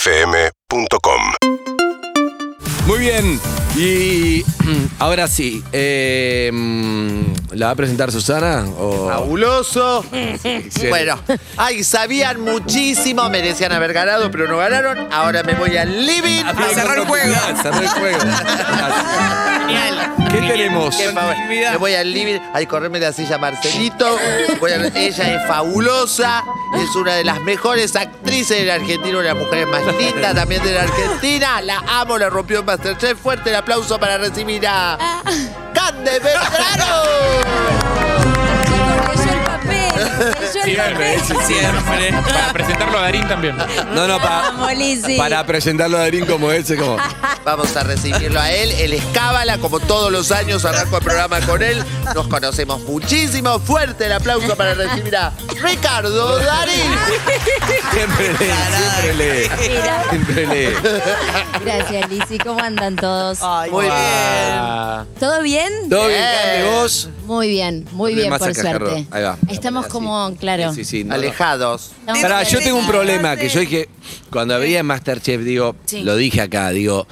UrbanaPlayFM.com Muy bien, y ahora sí, eh, mm, ¿la va a presentar Susana? O... Fabuloso. sí. Bueno, ay, sabían muchísimo, merecían haber ganado, pero no ganaron. Ahora me voy al living. A cerrar el juego. A cerrar el juego. ¿Qué tenemos? Qué favor. Me voy al living. Ay, correrme la silla, Marcelito. Voy a- ella es fabulosa. Es una de las mejores actrices de la Argentina, una de las mujeres más lindas también de la Argentina. La amo, la rompió en Masterchef. Fuerte el aplauso para recibir a. ¡Cande Belgrano! Cayó el papel. Cayó el papel. siempre. Para presentarlo a Darín también. No, no, pa- Vamos, Lizzy. para presentarlo a Darín como ese, como... Vamos a recibirlo a él. Él es Cábala, como todos los años arranco el programa con él. Nos conocemos muchísimo. Fuerte el aplauso para recibir a Ricardo Darín. Siempre lee, siempre lee. Mira. Siempre lee. Gracias, Lizzy. ¿Cómo andan todos? Muy bien. ¿Todo bien? ¿Todo bien, Bien. Cande, vos? Muy bien, muy Le bien, más por acajarro. suerte. Ahí va. Estamos Así. como, claro. Sí, sí, no, no. Alejados. Estamos- Pará, yo tengo un problema que yo dije, cuando había Masterchef, digo, Sí. lo dije acá, digo,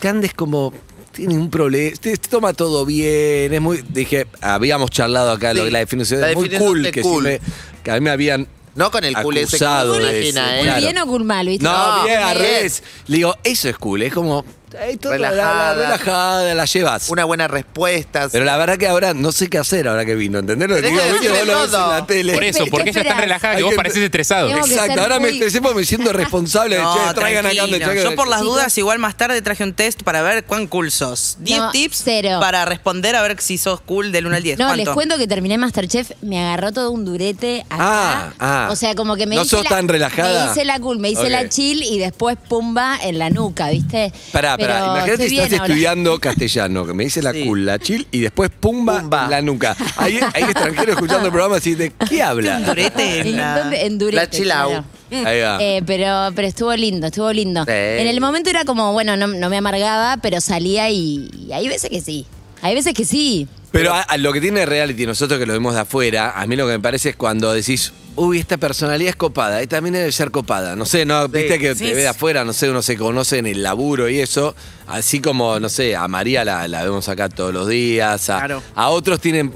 Cande es como, tiene un problema, te, te toma todo bien, es muy, dije, habíamos charlado acá, lo Sí, de la definición la es muy definición cool, de que, cool. sí me- que a mí me habían No con el culo ese que Acusado uno se de imagina, eso, ¿eh? ¿Cool claro. bien o cool mal, viste? No, No, bien, al bien. revés. Le digo, eso es cool, es como, "Ay, todo la- la- Relajada. relajada, la llevas. Una buena respuesta. Pero la verdad que ahora no sé qué hacer ahora que vino, ¿entendés? Lo que Tenés digo, que viste, vos decirle lo ves en todo. la tele. Por eso, ¿Qué porque ella es tan esperás? relajada que Hay vos que- parecés estresado. Tengo que Exacto, ser ahora me muy- estresé porque me siento responsable de, No, che, traigan acá tranquilo. Yo por las Sí, dudas igual más tarde traje un test para ver cuán cool sos. 10 No, tips cero. para responder a ver si sos cool del 1 al 10. No, ¿Cuánto? les cuento que terminé Masterchef, me agarró todo un durete acá. Ah, ah. O sea, como que me ¿No hice sos la, tan relajada? Me hice la cool, me hice Ok. la chill y después pumba en la nuca, ¿viste? Pará, pará, Pero imagínate estoy si estás bien ahora. estudiando castellano, que me dice la Sí. cool, la chill, y después pumba, Pumba. la nuca. Hay, hay extranjeros escuchando el programa así de ¿qué habla? Durete en ¿En la- dónde? En durete, La chill out. claro. Ahí va. Eh, pero, pero estuvo lindo, estuvo lindo. Sí. En el momento era como, bueno, no, no me amargaba, pero salía y, y hay veces que sí. Hay veces que sí. Pero a, a lo que tiene reality, nosotros que lo vemos de afuera, a mí lo que me parece es cuando decís, uy, esta personalidad es copada, y también debe ser copada. No sé, no, viste que te ve de afuera, no sé, uno se conoce en el laburo y eso. Así como, no sé, a María la, la vemos acá todos los días, a, Claro. a otros tienen.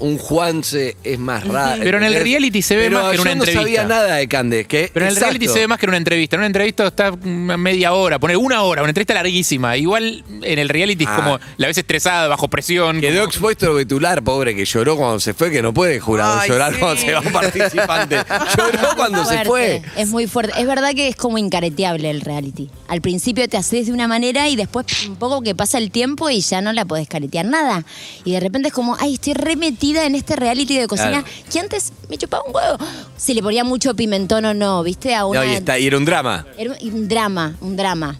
Un Juanse es más raro. Pero en el ¿entendés? reality se ve Pero más que en yo una no sabía entrevista. nada de Cande. Que, Pero en el Exacto. reality se ve más que en una entrevista. En una entrevista está mm, media hora, poner una hora, una entrevista larguísima. Igual en el reality Ah. es como la ves estresada, bajo presión. Quedó expuesto Betular, pobre, que lloró cuando se fue, que no puede jurar Ay, llorar sí. cuando se va un participante. Lloró cuando se fue. Fuerte, Es muy fuerte. Es verdad que es como incareteable el reality. Al principio te haces de una manera y después un poco que pasa el tiempo y ya no la podés caretear nada. Y de repente es como, ay, estoy remetida en este reality de cocina Claro. que antes me chupaba un huevo. Si le ponía mucho pimentón o no, ¿viste? A una, No, y, está, y era un drama. Era un- un drama, un drama.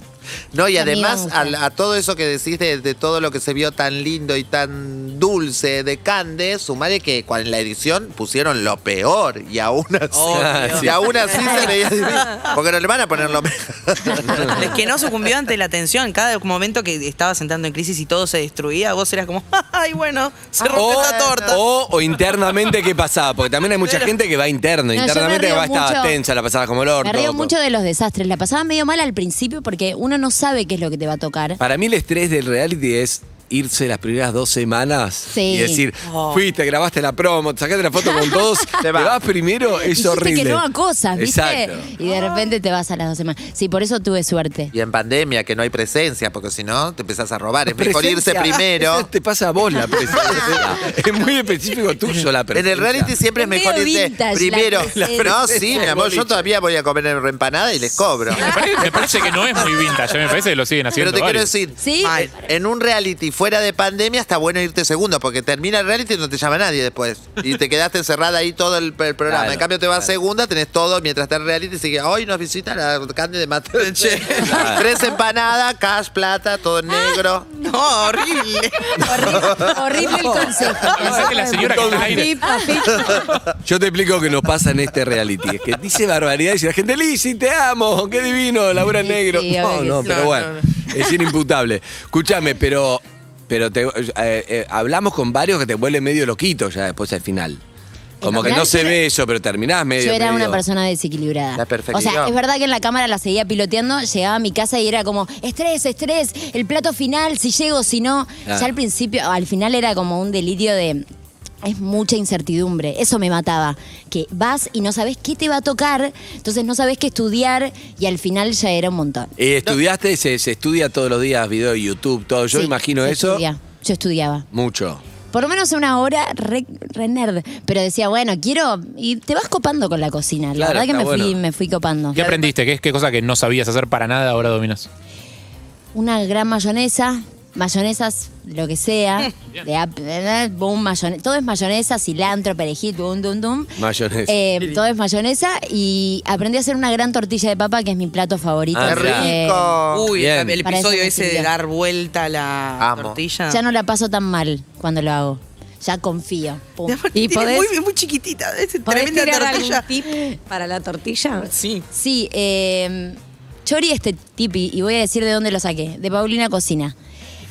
No, y Amiga, además mujer. al- a, todo eso que decís de, de todo lo que se vio tan lindo y tan dulce de Cande, sumare que cuando en la edición pusieron lo peor y aún así, Obvio. y aún así se veía divino. Porque no le van a poner lo mejor. Es que no sucumbió ante la tensión. Cada momento que estabas entrando en crisis y todo se destruía, vos eras como, ay, bueno, se rompe O, esta torta. o, o internamente, ¿qué pasaba? Porque también hay mucha gente que va interno. yo me internamente río va, estaba mucho. tensa, la pasaba como el orto. Me río como- mucho de los desastres. La pasaba medio mal al principio porque uno no sabe qué es lo que te va a tocar. Para mí el estrés del reality es irse las primeras dos semanas Sí. y decir, Oh. fuiste, grabaste la promo, te sacaste la foto con todos, te vas, primero, es Hiciste horrible. que no a cosas, ¿viste? Exacto. Y de repente te vas a las dos semanas. Sí, por eso tuve suerte. Y en pandemia, que no hay presencia, porque si no te empezás a robar. Es mejor irse Presencia. Eso primero. te pasa a vos la presencia. es muy específico tuyo la En presencia. el reality siempre es Es mejor medio irse vintage la primero. presencia. No, sí, mi amor, yo todavía voy a comer empanada y les cobro. Me parece, me parece que no es muy vintage, me parece que lo siguen haciendo. Pero te quiero varios. decir, Sí. mal, en un reality fuera de pandemia está bueno irte segundo, porque termina el reality y no te llama nadie después. Y te quedaste encerrada ahí todo el, el programa. Claro, en cambio, te vas claro. segunda, tenés todo, mientras está el reality, sigue, hoy nos visita la carne de Masterchef. Tres empanadas, cash, plata, todo en negro. No, horrible. Horrible, horrible el consejo. Pensá que la señora que está al aire. Pip, a pip. Yo te explico que nos pasa en este reality. Es que dice barbaridades y la gente, Lizzy, te amo, qué divino, Laura en Sí, negro. sí, obvio no, que no, sí. pero No, bueno, no, es inimputable. Escúchame, pero, pero te- eh, eh, hablamos con varios que te vuelven medio loquito ya después al final. Como que no se ve eso, pero terminás medio. Yo era medio- una persona desequilibrada. La o perfección. sea, es verdad que en la cámara la seguía piloteando, llegaba a mi casa y era como, estrés, estrés, el plato final, si llego, si no. Claro. Ya al principio, al final era como un delirio de... Es mucha incertidumbre, eso me mataba. Que vas y no sabes qué te va a tocar, entonces no sabes qué estudiar y al final ya era un montón. Eh, estudiaste, se, se estudia todos los días, video de YouTube, todo. Yo Sí, imagino se eso. estudia. Yo estudiaba. Mucho. Por lo menos una hora re, re nerd. Pero decía, bueno, quiero. Y te vas copando con la cocina. La Claro, verdad que está me fui, bueno. me fui copando. ¿Qué aprendiste? ¿Qué, ¿Qué cosa que no sabías hacer para nada ahora dominas? Una gran mayonesa, mayonesas, lo que sea. de ap- eh, boom, mayone- todo es mayonesa, cilantro, perejil, dum, dum, dum. Mayonesa. Eh, todo es mayonesa. Y aprendí a hacer una gran tortilla de papa, que es mi plato favorito. Eh, Ah, ¡Qué así que rico! Uy, Bien. el Para eso episodio me ese de sirvió. dar vuelta a la Amo. tortilla. Ya no la paso tan mal cuando lo hago. Ya confío. Pum. Y aparte Y tiene podés- muy, muy chiquitita, es ¿Podés tremenda tirar tortilla. algún tip para la tortilla? Sí. Sí, eh, chori este tipi, y voy a decir de dónde lo saqué, de Paulina Cocina.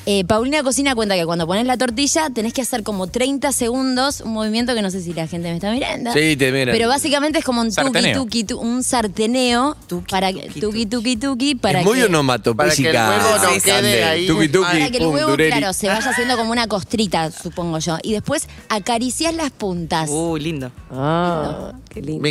Eh, Paulina Cocina cuenta que cuando pones la tortilla tenés que hacer como 30 segundos, un movimiento que no sé si la gente me está mirando. Sí, te miran. Pero básicamente es como un tuki, Sarteneo. tuki, tu- un sarteneo Tuki, para tuki, que- tuki. tuki, tuki, tuki, para es muy que, onomatopésica. Para que el huevo no Sí, quede Candel. ahí. Tuki tuki, para que el pum, huevo, dureri. claro, se vaya haciendo como una costrita, supongo yo. Y después acaricias las puntas. Uh, lindo. Ah, qué lindo. Me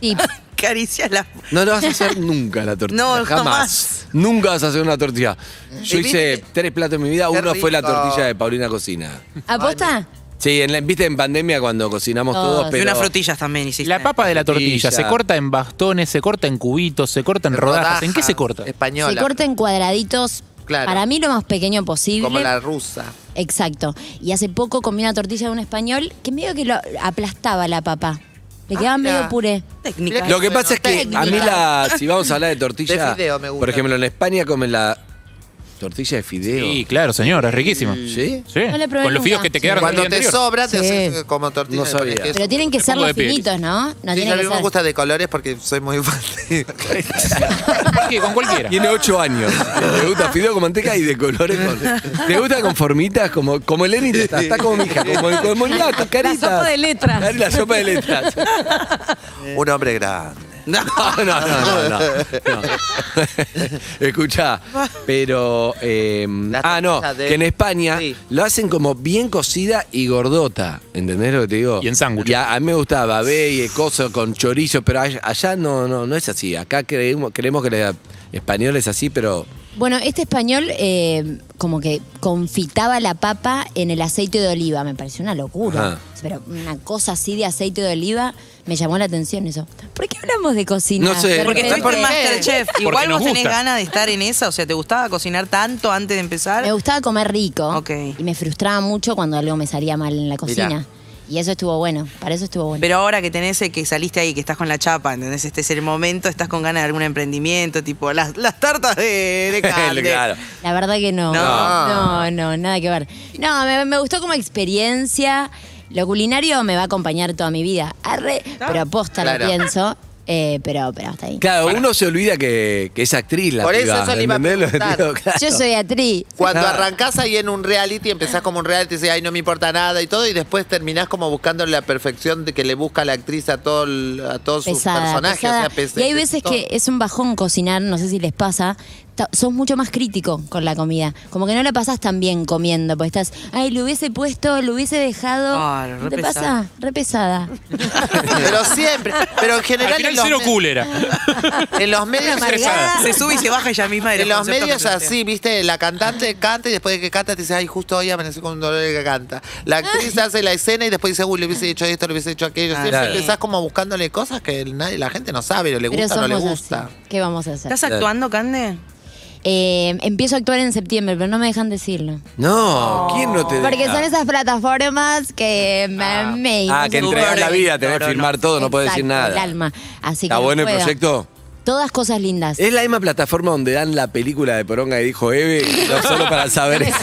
Tips. Caricia la. No lo vas a hacer nunca la tortilla. No, jamás. Nunca vas a hacer una tortilla. Yo Y viste hice tres platos en mi vida. Qué Uno fue la rico. tortilla de Paulina Cocina. ¿Aposta? Sí, en la, viste en pandemia cuando cocinamos Todos. todos, Y pero. unas frutillas también hiciste. La papa de la tortilla se Tortilla. corta en bastones, se corta en cubitos, se corta en rodajas. ¿En qué se corta? Española. Se corta en cuadraditos. Claro. Para mí lo más pequeño posible. Como la rusa. Exacto. Y hace poco comí una tortilla de un español que medio que lo aplastaba la papa. Le quedaba Ah, mira. medio puré. Técnica. Lo que pasa es que Técnica. a mí la. Si vamos a hablar de tortilla. De fideo me gusta. Por ejemplo, en España comen la tortilla de fideo. Sí, claro, señor, es riquísima. ¿Sí? Sí. No la probé Con los fideos nunca. que te quedaron Cuando del te día anterior. sobra, te Sí. haces como tortilla. No de pones sabía. queso. Pero tienen que Me ser pongo los de pie. finitos, ¿no? No Sí, a tienen mí que me ser. gusta de colores porque soy muy fan. de- Sí, con cualquiera. Ah, Tiene ocho años. Le gusta fideo con manteca y de colores. Con... Le gusta con formitas, como, como Elenita. Está, está como mi hija, como, como Lina, tu carita. sopa de letras. Claro, La sopa de letras. Un hombre grande. No, no, no, no. no, Escucha, pero. eh, La ah, no, tortilla de- que en España Sí. lo hacen como bien cocida y gordota. ¿Entendés lo que te digo? Y en sándwich. Y a, a mí me gusta babé y coso con chorizo, pero all- allá, no, no, no es así. Acá creemos, creemos que el español es así, pero. Bueno, este español eh, como que confitaba la papa en el aceite de oliva. Me pareció una locura. Ajá. Pero una cosa así de aceite de oliva me llamó la atención eso. ¿Por qué hablamos de cocina? No sé. De Porque estoy repente? por Masterchef. Igual nos vos tenés gusta. ganas de estar en esa. O sea, ¿te gustaba cocinar tanto antes de empezar? Me gustaba comer rico. Ok. Y me frustraba mucho cuando algo me salía mal en la cocina. Mirá. Y eso estuvo bueno. Para eso estuvo bueno. Pero ahora que tenés eh, que saliste ahí, que estás con la chapa, ¿entendés? Este es el momento, estás con ganas de algún emprendimiento, tipo las, las tartas de, de Cande. claro. La verdad que no. No. No, no, nada que ver. No, me, me gustó como experiencia. Lo culinario me va a acompañar toda mi vida. Arre, pero aposta Claro. lo pienso. Eh, pero, pero hasta ahí. Claro, uno se olvida que, que es actriz la Por eso piba, eso le iba a ¿entendés lo que te digo? preguntar. Yo soy actriz. Cuando Claro. arrancás ahí en un reality, empezás como un reality, decís, ay, no me importa nada y todo, y después terminás como buscando la perfección de que le busca la actriz a, todo el- a todos sus Pesada, personajes. pesada. o sea, pes- y hay veces que es un bajón cocinar, no sé si les pasa. ta- Sos mucho más crítico con la comida. Como que no la pasás tan bien comiendo, porque estás, ay, lo hubiese puesto, lo hubiese dejado. Ah, re ¿No te pesada. pasa? Re pesada. Pero siempre, pero en general... Al final en los cero me- cúlera. En los medios... Amargada. Se sube y se baja ella misma. de En los conceptos medios que plantea. así, viste, la cantante canta y después de que canta te dice, ay, justo hoy amanecí con un dolor de garganta. La actriz hace la escena y después dice, uy, le hubiese hecho esto, le hubiese hecho aquello. Ah, Siempre claro. empezás como buscándole cosas que nadie, la gente no sabe, o le Pero gusta o no le somos gusta. así. ¿Qué vamos a hacer? ¿Estás actuando, Cande? Eh, empiezo a actuar en septiembre, pero no me dejan decirlo. No, ¿quién no te Porque deja? Ah. son esas plataformas que me... me- Ah, que Super entregás la vida, tenés que no, no, firmar todo, no puedes decir Exacto, nada. El alma. Así ¿Está que no bueno el puedo. proyecto? Todas cosas lindas. Es la misma plataforma donde dan la película de Poronga que dijo Eve, no, solo para saber eso.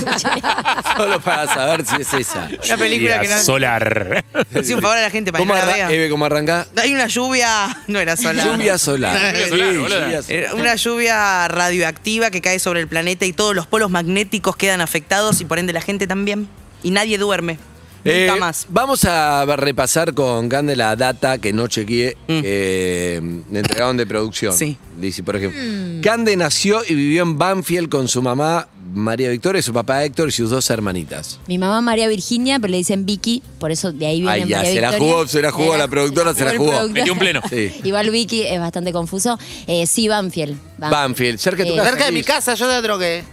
solo para saber si es esa. Una película que no. Solar. Hace un favor a la gente para que ¿Cómo no la arran- vea. Eve, ¿cómo arranca? Hay una lluvia. No era sola. Lluvia solar. Lluvia Eh, Sí, solar, boluda. lluvia solar. Era Una lluvia radioactiva que cae sobre el planeta y todos los polos magnéticos quedan afectados y por ende la gente también. Y nadie duerme. Nunca Eh, más. Vamos a repasar con Cande la data que no chequeé, eh, me entregaron de producción. Sí. Dice, por ejemplo. Cande nació y vivió en Banfield con su mamá María Victoria, su papá Héctor y sus dos hermanitas. Mi mamá María Virginia, pero le dicen Vicky, por eso de ahí viene Ay, ya, María se la Victoria. jugó, se la jugó la productora, se la el jugó. productor. Metió un pleno. Sí. Igual Vicky es bastante confuso. Eh, sí, Banfield. Ban- Banfield, cerca de tu Eh, casa. Cerca de mi Liz. casa, yo la drogué.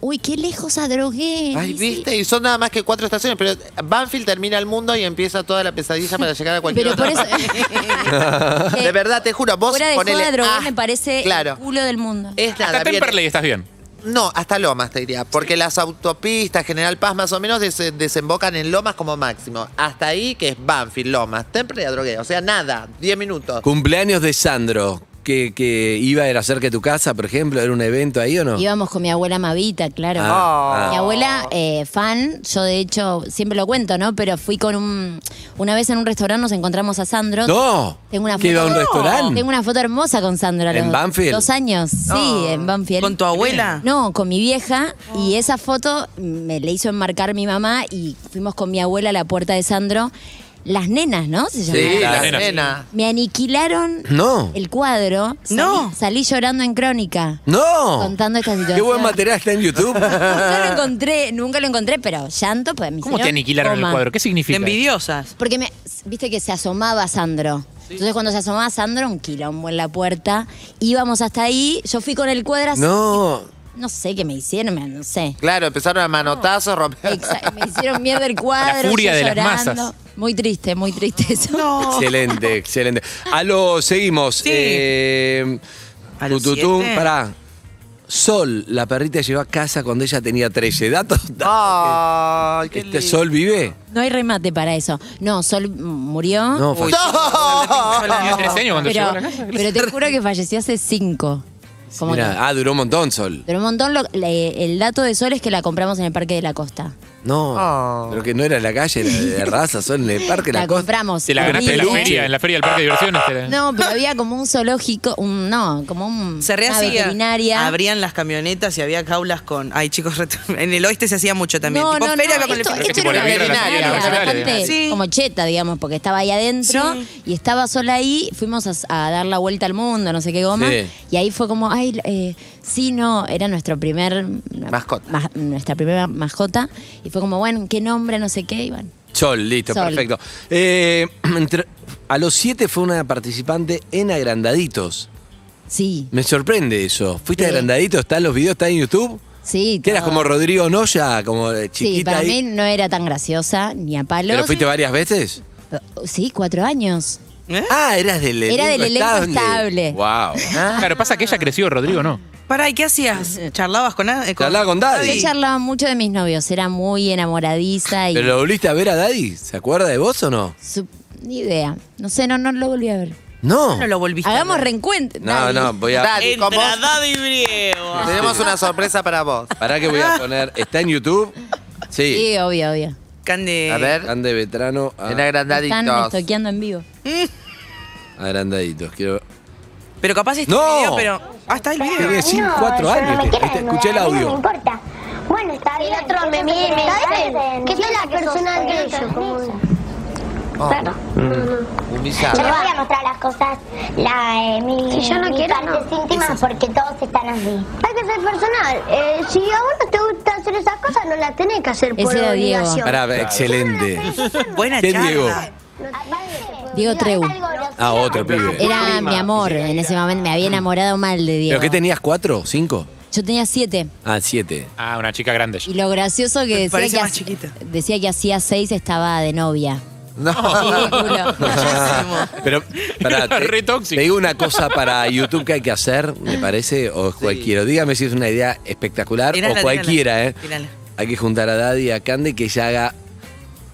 Uy, qué lejos a drogué. Ay, Lizzy. viste, y son nada más que cuatro estaciones, pero Banfield termina el mundo y empieza toda la pesadilla para llegar a cualquier Pero por eso. Eh, otro. De verdad, te juro, vos Fuera de ponele, joda, drogué ah, me parece claro. el culo del mundo. Eh, Es nada, Hasta bien. Temperley estás bien. No, hasta Lomas te diría, porque las autopistas General Paz más o menos des- desembocan en Lomas como máximo. Hasta ahí que es Banfield, Lomas, Temple y Adrogué, o sea, nada, 10 minutos. Cumpleaños de Sandro, que, que iba era cerca de tu casa, por ejemplo, era un evento ahí o no? Íbamos con mi abuela Mavita, claro. Ah, Mi abuela, eh, fan, yo de hecho siempre lo cuento, ¿no? Pero fui con un. Una vez en un restaurante nos encontramos a Sandro. No. Tengo una ¿Que iba a un foto- restaurante? Tengo una foto hermosa con Sandra. a ¿En los Banfield? Dos años, sí, en Banfield. ¿Con tu abuela? No, con mi vieja. Y esa foto me la hizo enmarcar mi mamá y fuimos con mi abuela a la puerta de Sandro. Las nenas, ¿no? Se llamaban. Sí, la la nena. nena. Me aniquilaron No. el cuadro. Salí- No. Salí llorando en crónica. No. Contando esta situación. Qué buen material está en YouTube. Nunca lo encontré, nunca lo encontré, pero llanto, pues mi ¿Cómo señor, te aniquilaron coma. el cuadro? ¿Qué significa? Envidiosas. Porque me, viste que se asomaba Sandro. Entonces cuando se asomaba Sandro, un quilombo en la puerta, íbamos hasta ahí, yo fui con el cuadras, no, No. sé qué me hicieron, me- no sé. Claro, empezaron a manotazos, romper. Exa- me hicieron mierda el cuadro, La furia yo de las llorando. masas. Muy triste, muy triste eso. Oh. Excelente, excelente. A lo seguimos. Sí. Eh, A los tututum, siete. pará. Sol, la perrita llevó a casa cuando ella tenía 13. Datos. Ay, qué este lindo. Sol vive. No hay remate para eso. No, Sol mm, murió. No, fa- Tenía 13 Ah, años cuando llegó pero, a la casa. pero te juro que falleció hace cinco. Como Mirá, que- ah, duró un montón Sol. Pero un montón, lo- le- el dato de Sol es que la compramos en el Parque de la Costa. No. Oh. Pero que no era en la calle, era de raza, Sol, en el parque, la, la costa. compramos. Te la ganaste en la horrible. feria, en la feria del parque de diversiones. te la- No, pero había como un zoológico, un, no, como un, Se una rehacía. veterinaria. Abrían las camionetas y había jaulas con. Ay, chicos, re- en el oeste se hacía mucho también. No, tipo no, no, feria con el esto, Pero pico. que esto tipo era una la birra, la veterinaria, comida, la bastante veterinaria. Sí. como cheta, digamos, porque estaba ahí adentro Sí. y estaba sola ahí. Fuimos a, a dar la vuelta al mundo, no sé qué goma. Sí. Y ahí fue como, ay, eh, sí, no, era nuestro primer... Mascota. ma- nuestra primera mascota. Y fue como, bueno, qué nombre, no sé qué, y bueno. Sol, listo, Sol. perfecto. Eh, entre- a los 7 fue una participante en Agrandaditos. Sí, Me sorprende eso. ¿Fuiste Sí. agrandadito? ¿Están los videos? ¿Está en YouTube? sí. Que eras todo. como Rodrigo Noya, como de chiquita Sí, para ahí. mí no era tan graciosa, ni a palos. ¿Pero fuiste varias veces? Sí, cuatro años. ¿Eh? Ah, eras del elenco Era del elenco estable. Wow. Claro, pasa que ella creció, Rodrigo, ¿no? Pará, ¿y qué hacías? ¿Charlabas con nadie? Charlaba con Daddy. Yo charlaba mucho de mis novios, era muy enamoradiza y ¿Pero lo volviste a ver a Daddy? ¿Se acuerda de vos o no? su- ni idea. No sé, no, no lo volví a ver. No. No lo volviste. a Hagamos ver. reencuentro. No, Dale. no, voy a. Daddy, con vos, Daddy Briego. tenemos una sorpresa para vos. Pará que voy a poner. ¿Está en YouTube? Sí. Sí, obvio, obvio. Cande. A ver, Ande Vetrano a en Están agrandaditos. estoqueando en vivo. agrandaditos. Quiero. Pero capaz está No. el video, pero. Ah, está el video. Tiene 4 años. que- este- escuché el audio. importa. Bueno, está bien. El otro me ¿eh? mire, que soy la persona de ellos. Oh, Yo humillado. les voy a mostrar las cosas, la, eh, mi, si yo no quiero, partes íntimas porque todos están así. Hay que ser personal. Eh, si a vos no te gusta hacer esas cosas, no las tenés que hacer por Ese era Diego. obligación. Pará, excelente. Buena ¿Qué, charla. Diego? Diego Treu. Ah, otro pibe. Era mi amor en ese momento, me había enamorado mal de Diego. ¿Pero qué tenías? ¿Cuatro? ¿Cinco? Yo tenía siete. Ah, siete. Ah, una chica grande. ella. Y lo gracioso que decía parece que, más hac- chiquita. decía que hacía seis estaba de novia. Pero pará, Era te, re tóxico. te digo una cosa para YouTube que hay que hacer, me parece, o es cualquiera. Dígame si es una idea espectacular Tirala, o tirala, cualquiera, ¿eh? tirala. Hay que juntar a Daddy y a Candy que ella haga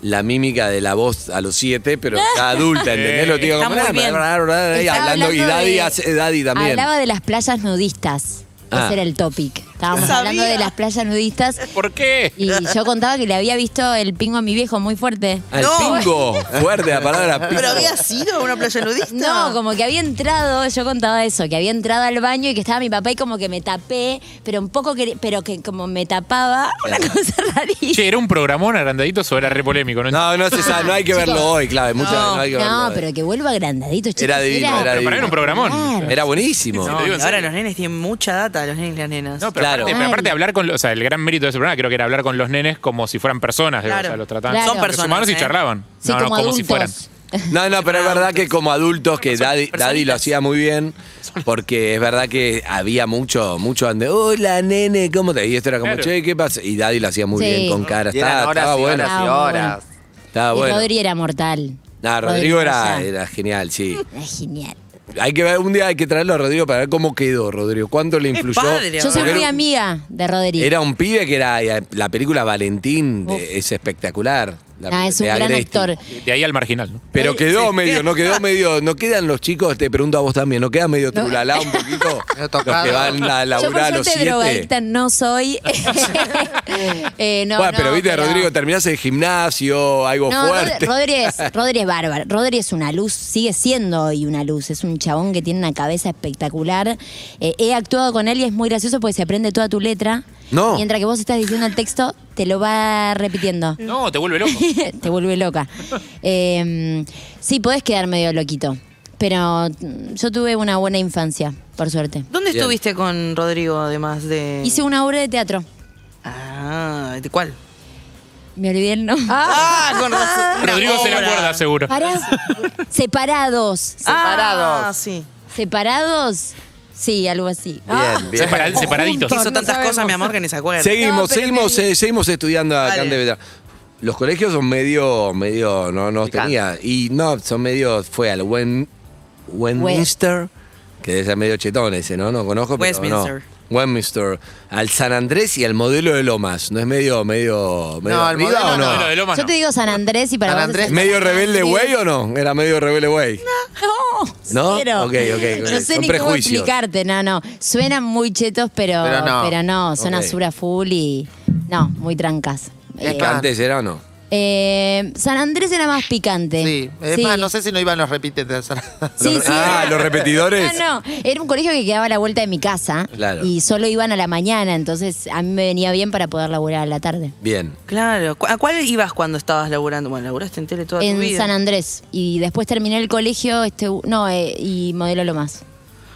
la mímica de la voz a los siete, pero está adulta, ¿entendés? Lo digo Está como muy "Ah, bien. bla, bla, bla, bla", y Estaba hablando, y hablando Daddy de- hace Daddy también. Hablaba de las playas nudistas. Ah. Ese era el topic. Estábamos Sabía. hablando de las playas nudistas ¿Por qué? y yo contaba que le había visto el pingo a mi viejo muy fuerte. Al No. pingo. Fuerte la palabra pingo. ¿Pero había sido a una playa nudista? No, como que había entrado, yo contaba eso, que había entrado al baño y que estaba mi papá y como que me tapé, pero un poco que, pero que como me tapaba, una cosa rarísima. Che, ¿era un programón agrandadito o era re polémico? No, No, no, se sabe, no hay que verlo hoy, clave. Muchas veces no hay que verlo No, hoy. pero que vuelva agrandadito, chicos. Era divino, era Pero para mí era un programón. Mm. Claro. Era buenísimo. No, te digo en Y ahora serio. los nenes tienen mucha data, los nenes y las nenas. No, Claro. pero, aparte, pero Mm. aparte hablar con los, o sea, el gran mérito de ese programa creo que era hablar con los nenes como si fueran personas, digo, Claro. o sea, los trataban Claro. Son como seres personas, humanos ¿eh? y charlaban. Sí, no, no, como como adultos. si fueran. No, no, pero es verdad que como adultos, que Daddy, Daddy lo hacía muy bien, porque es verdad que había mucho, mucho ande. Hola, nene, ¿cómo te? Y esto era como, Claro. che, ¿qué pasa? Y Daddy lo hacía muy Sí. bien, con cara. Y eran Estaba, horas estaba y bueno. horas y Estaba muy horas. Estaba Y Ah, bueno. Rodri era mortal. No, Rodrigo era, Rosa. era genial, sí. Era genial. Hay que ver, un día hay que traerlo a Rodrigo para ver cómo quedó Rodrigo, cuánto le Es influyó. padre, Yo soy Porque muy era- amiga de Rodri. Era un pibe que era eh, la película Valentín de- Uf. es espectacular. La- Ah, es un de gran Agresti. actor. De ahí al marginal, Mm. ¿no? Pero quedó medio, no quedó medio, no quedan los chicos, te pregunto a vos también, ¿no queda medio trulalá un poquito? Me ha los que tocado. van a Yo por laburar a los suerte siete. drogadicta no soy. Eh, no, bueno, pero no, viste, Rodrigo, terminás el gimnasio, algo No, fuerte. Rodri, Rodri es, Rodri es bárbaro. Rodri es una luz, sigue siendo hoy una luz. Es un chabón que tiene una cabeza espectacular. Eh, he actuado con él y es muy gracioso porque se aprende toda tu letra. No. Mientras que vos estás diciendo el texto, te lo va repitiendo. No, te vuelve loco. te vuelve loca. Eh, sí, podés quedar medio loquito. Pero mm, yo tuve una buena infancia, por suerte. ¿Dónde Bien. estuviste con Rodrigo, además de...? Hice una obra de teatro. Ah, ¿de cuál? Me olvidé el nombre. Ah, con razón. Rodrigo se la Ah, acuerda, seguro. Pará. Separados. Separados. Ah, sí. ¿Separados? Sí, algo así. Bien, bien. Separa- separaditos. Hizo tantas cosas, mi amor, que ni se acuerda. Seguimos, No, pero seguimos, eh, seguimos estudiando acá Dale. en Devedra. Los colegios son medio, medio, no, no Picante. tenía. Y no, son medio, fue al Wen, Westminster, que debe ser medio chetón ese, ¿no? No conozco, pero Westminster. no. Westminster. Al San Andrés y al modelo de Lomas. ¿No es medio, medio, medio al arriba modelo o no? no. Lo de Lomas, Yo no. te digo San Andrés y para San vos es Andrés. ¿Medio rebelde güey o no? Era medio rebelde güey. No, ¿No? cero. Ok, ok, No ok. sé Son ni cómo prejuicios. explicarte, no, no. Suenan muy chetos, pero, Pero no. son Ok. azura full y. No, muy trancas. Eh, ¿Picantes era o no? eh, San Andrés era más picante. Sí, es más, no sé si no iban los repites de San Sí, Los- sí, ah, era- los repetidores. No, no, era un colegio que quedaba a la vuelta de mi casa Claro. y solo iban a la mañana, entonces a mí me venía bien para poder laburar a la tarde. Bien. Claro. ¿Cu- ¿A cuál ibas cuando estabas laburando? Bueno, laburaste en tele toda tu En vida. San Andrés y después terminé el colegio este no eh, y modelo lo más.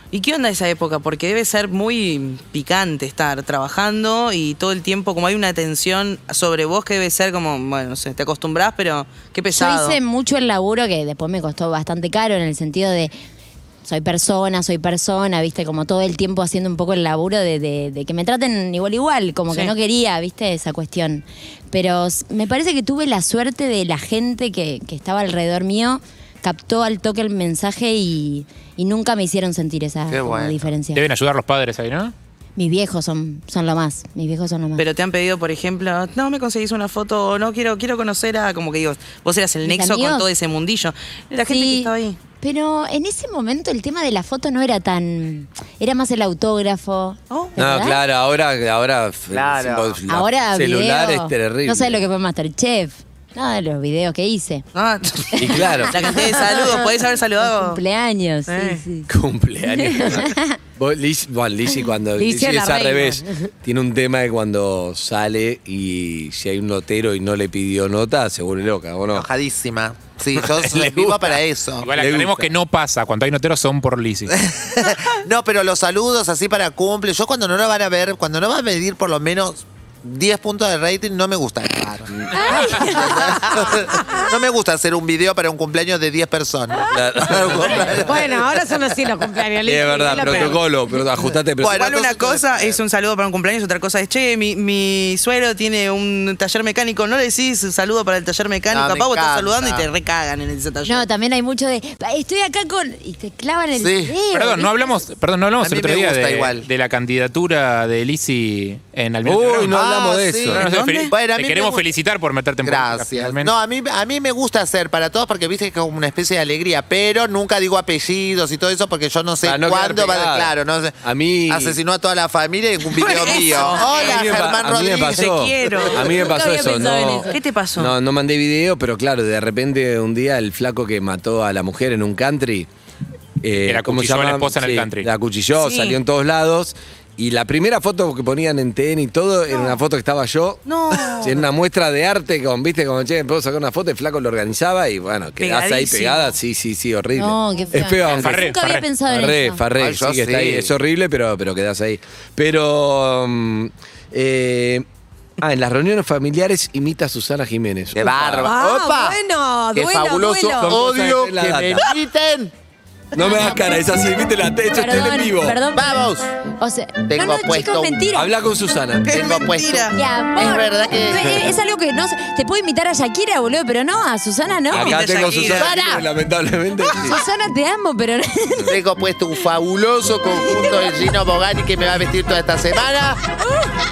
¿Y qué onda esa época? Porque debe ser muy picante estar trabajando y todo el tiempo, como hay una tensión sobre vos que debe ser como, bueno, no sé, te acostumbrás, pero qué pesado. Yo hice mucho el laburo que después me costó bastante caro en el sentido de soy persona, soy persona, viste, como todo el tiempo haciendo un poco el laburo de, de- de que me traten igual igual, como que Sí. no quería, viste, esa cuestión. Pero s- me parece que tuve la suerte de la gente que, que estaba alrededor mío, captó al toque el mensaje y, y nunca me hicieron sentir esa Qué como bueno. diferencia. Deben ayudar los padres ahí, ¿no? Mis viejos son, son lo más, mis viejos son lo más. Pero te han pedido, por ejemplo, no me conseguís una foto o no quiero quiero conocer a, como que digo, vos eras el ¿Mis nexo amigos? con todo ese mundillo. La gente Sí, que estaba ahí. Pero en ese momento el tema de la foto no era tan. Era más el autógrafo. Oh. ¿verdad? No, claro, ahora, ahora f- Claro. sin- la- Ahora celular video, es terrible. No sé lo que fue Masterchef. Nada de los videos que hice. Ah, Y claro. La cantidad de saludos, podés haber saludado. Cumpleaños. sí, Eh. sí. Cumpleaños. Vos, Liz- bueno, Lizzy cuando Lizzy Lizzy es la es al reina. revés. Tiene un tema de cuando sale y si hay un notero y no le pidió nota, se vuelve loca, ¿o no? Enojadísima. Sí, yo Le soy gusta. viva para eso. Igual le aclaremos gusta. que no pasa. Cuando hay noteros son por Lisi. No, pero los saludos así para cumple. Yo cuando no lo van a ver, cuando no van a medir por lo menos 10 puntos de rating, no me gusta grabar. no me gusta hacer un video para un cumpleaños de 10 personas. Claro. Bueno, ahora son así los cumpleaños. Sí, es verdad, protocolo, pero ajustate el protocolo. Bueno, Igual una entonces- cosa es un saludo para un cumpleaños, otra cosa es, che, mi, mi suegro tiene un taller mecánico, no le decís un saludo para el taller mecánico, Ah, me capaz vos estás encanta. saludando y te recagan en ese taller. No, también hay mucho de. "Pa, Estoy acá con. Y te clavan el. Sí. dedo, Perdón, no ¿viste? hablamos, perdón, no hablamos A mí el otro me día gusta de, igual. de la candidatura de Lisi en Almirante Uy, Brown. no Ah, hablamos de sí. eso. No, no, ¿En te dónde? fel- Bueno, a te mí queremos me gu- felicitar por meterte en política, Gracias. finalmente. No, a mí, a mí me gusta hacer para todos porque viste que es como una especie de alegría, pero nunca digo apellidos y todo eso porque yo no sé Para no quedar cuándo va a pegada. claro, no sé. A mí- asesinó a toda la familia en un video Eso. mío. Hola, A mí me pa- Germán a mí me Rodríguez. pasó. Te quiero. A mí me Nunca pasó había eso. pensado en No, eso. ¿Qué te pasó? No, no mandé video, pero claro, de repente un día el flaco que mató a la mujer en un country. eh, Que la ¿cómo se acuchilló a la llama? esposa en el Sí, country. La acuchilló, Sí. salió en todos lados. Y la primera foto que ponían en TN y todo era una foto que estaba yo. No. Sí, En una muestra de arte, con, viste, como che, puedo sacar una foto, el flaco lo organizaba y bueno, quedás ahí Pegadísimo. pegada. Sí, sí, sí, horrible. No, qué feo. Es peor, aunque Farré, Nunca había farré, pensado Farré, en eso. Farré, Ay, sí Ah, yo que está ahí. sí. Es horrible, pero, pero quedás ahí. Pero. mm, eh, ah, en las reuniones familiares imita a Susana Jiménez. Qué bárbaro. Ah, Opa. bueno, Qué duelo, fabuloso. duelo. Odio Son cosas de que la me data. quiten. No me das cara, es así, viste la techo, estoy en vivo. perdón. Vamos. O sea, Tengo no, no, puesto chicos, un- mentira. Habla con Susana. Qué Tengo mentira. puesto. Mi amor. Es verdad que- Es, es algo que no sé. Te puedo imitar a Shakira, boludo, pero no, a Susana no. Acá Mira, tengo a Shakira. Susana, Susana. lamentablemente. sí. Susana, te amo, pero no. Tengo puesto un fabuloso conjunto de Gino Bogani que me va a vestir toda esta semana.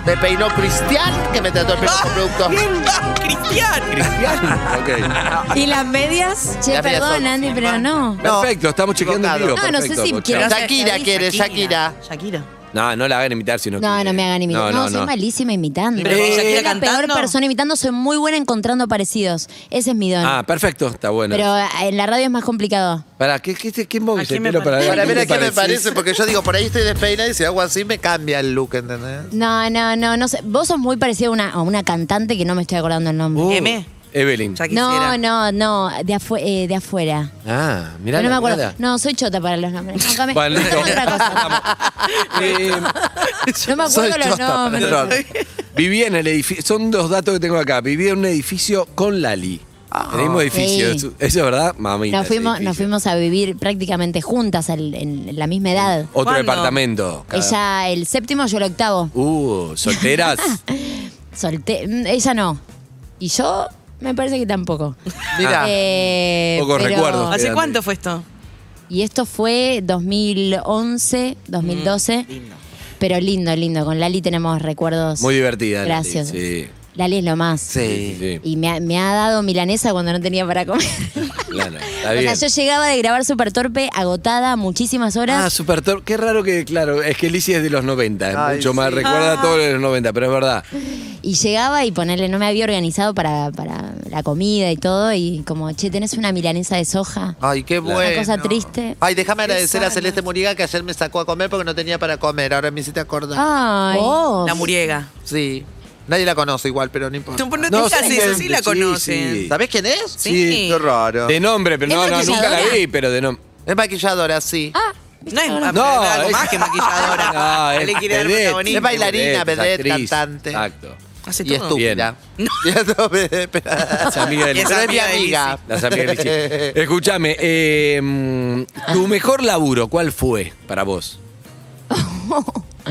Me peinó Cristian, que me trató el pelo con productos. Cristian. Ok. ¿Y las medias? Che, La mía perdón, son- Andy, pero no. No. Perfecto, estamos chequeando en vivo. No, no sé perfecto, si Pocho. quiero- Shakira quiere, Shakira. Shakira. No, no la hagan imitar, sino No, que- no me hagan imitar. No, soy malísima imitando. Pero con soy Shakira la peor cantando. persona imitando, soy muy buena encontrando parecidos. Ese es mi don. Ah, perfecto, está bueno. pero eh, en la radio es más complicado. Pará, ¿qué, qué, qué, qué movís ¿A quién el me pelo para parece? Para ver a qué me parecís? parece, porque yo digo, por ahí estoy despeinada y si hago así me cambia el look, ¿entendés? No, no, no, no sé. Vos sos muy parecida a una, a una cantante que no me estoy acordando el nombre. Uh, M. Evelyn. Ya no, quisiera. no, no, de, afu- eh, de afuera. Ah, mirá. Pero no la me acuerdo. mirada. No, soy chota para los nombres. Nunca me- Bueno, nunca me listo. otra cosa. Eh, No me soy acuerdo los chota, perdón. nombres. Viví en el edificio, son dos datos que tengo acá. Viví en un edificio con Lali. en el mismo edificio. Sí. Eso es verdad, mamita. Nos ese fuimos, nos edificio. fuimos a vivir prácticamente juntas al- en la misma edad. Otro ¿Cuándo? departamento. Cada- Ella el séptimo, yo el octavo. Uh, solteras. Solté. mm, Ella no. Y yo me parece que tampoco. Mira, Eh, Pocos pero- recuerdos. ¿Hace Quedan- cuánto fue esto? Y esto fue 2011, 2012. lindo. Pero lindo, lindo. Con Lali tenemos recuerdos. Muy divertida. Lali, Gracias. Sí. Lali es lo más. Sí. sí, sí. Y me ha, me ha dado milanesa cuando no tenía para comer. Claro, está o bien. sea, yo llegaba de grabar Super Torpe agotada muchísimas Ah, horas. super tor- Qué raro que, claro, es que Lizzie es de los 90, es Ay, mucho más, sí. recuerda todo lo de los 90, pero es verdad. Y llegaba y ponerle, no me había organizado para, para la comida y todo. Y como, che, tenés una milanesa de soja. ay, qué bueno. cosa triste. Ay, déjame agradecer a Celeste Muriga que ayer me sacó a comer porque no tenía para comer. Ahora me hiciste acordar. Ah. Ay. La muriega. Sí. Nadie la conoce igual, pero no importa. No, no, No, digas sí, eso, sí la sí, conocen. sí. ¿Sabés quién es? Sí. Qué raro. De nombre, pero ¿Es no, no, nunca la maquilladora? vi, pero de nombre. Es maquilladora, sí. Ah, No es ma- No, algo es- más que maquilladora. No, Él le quiere dar vedette, protagonismo. Es bailarina, vedette, vedette, actriz. cantante. Exacto. Hace y todo. estúpida. Y estúpida, pero- Es amiga de Y es Pero es mi amiga de amiga. Las amigas de Lizzie. Escúchame, eh, mm, tu mejor laburo, ¿cuál fue para vos?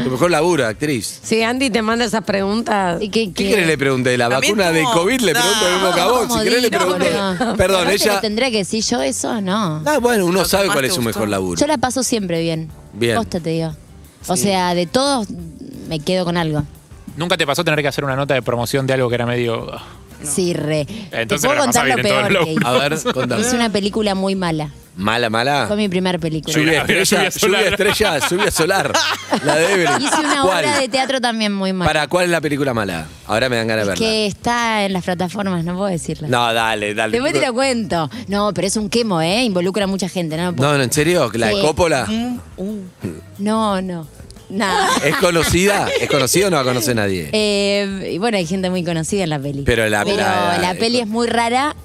Tu mejor laburo, actriz. Si Andy te manda esas preguntas. ¿y ¿qué, Ah, ¿Qué querés le pregunte? ¿La También vacuna de como- COVID? Le pregunto lo mismo que a vos. Si querés le pregunto. Perdón, ella. ¿Tendría que decir yo eso? No. Ah, bueno, uno Lo que sabe más cuál te es su gustó. mejor laburo. Yo la paso siempre bien. Bien. Posta te digo. O sea, de todos me quedo con algo. ¿Nunca te pasó tener que hacer una nota de promoción de algo que era medio. ah, Sí, re. Entonces te la puedo pasás contar bien lo en todos peor los que lados. A ver, hice. Hice contame. Ah. una película muy mala. Mala, mala. Fue mi primer película. Lluvia Mira, mira, estrella, lluvia solar. lluvia estrella, lluvia solar. La de Evelyn. Hice una ¿Cuál? obra de teatro también muy mala. ¿Para cuál es la película mala? Ahora me dan ganas de verla. que está en las plataformas, no puedo decirla. No, dale, dale. Después te lo cuento. No, pero es un quemo, ¿eh? Involucra a mucha gente. No, No, no, en serio, la de Sí. Coppola no. no. Nada. es conocida, es conocida o no la conoce nadie. Eh, y bueno, hay gente muy conocida en la peli. Pero la- la- la peli es muy rara,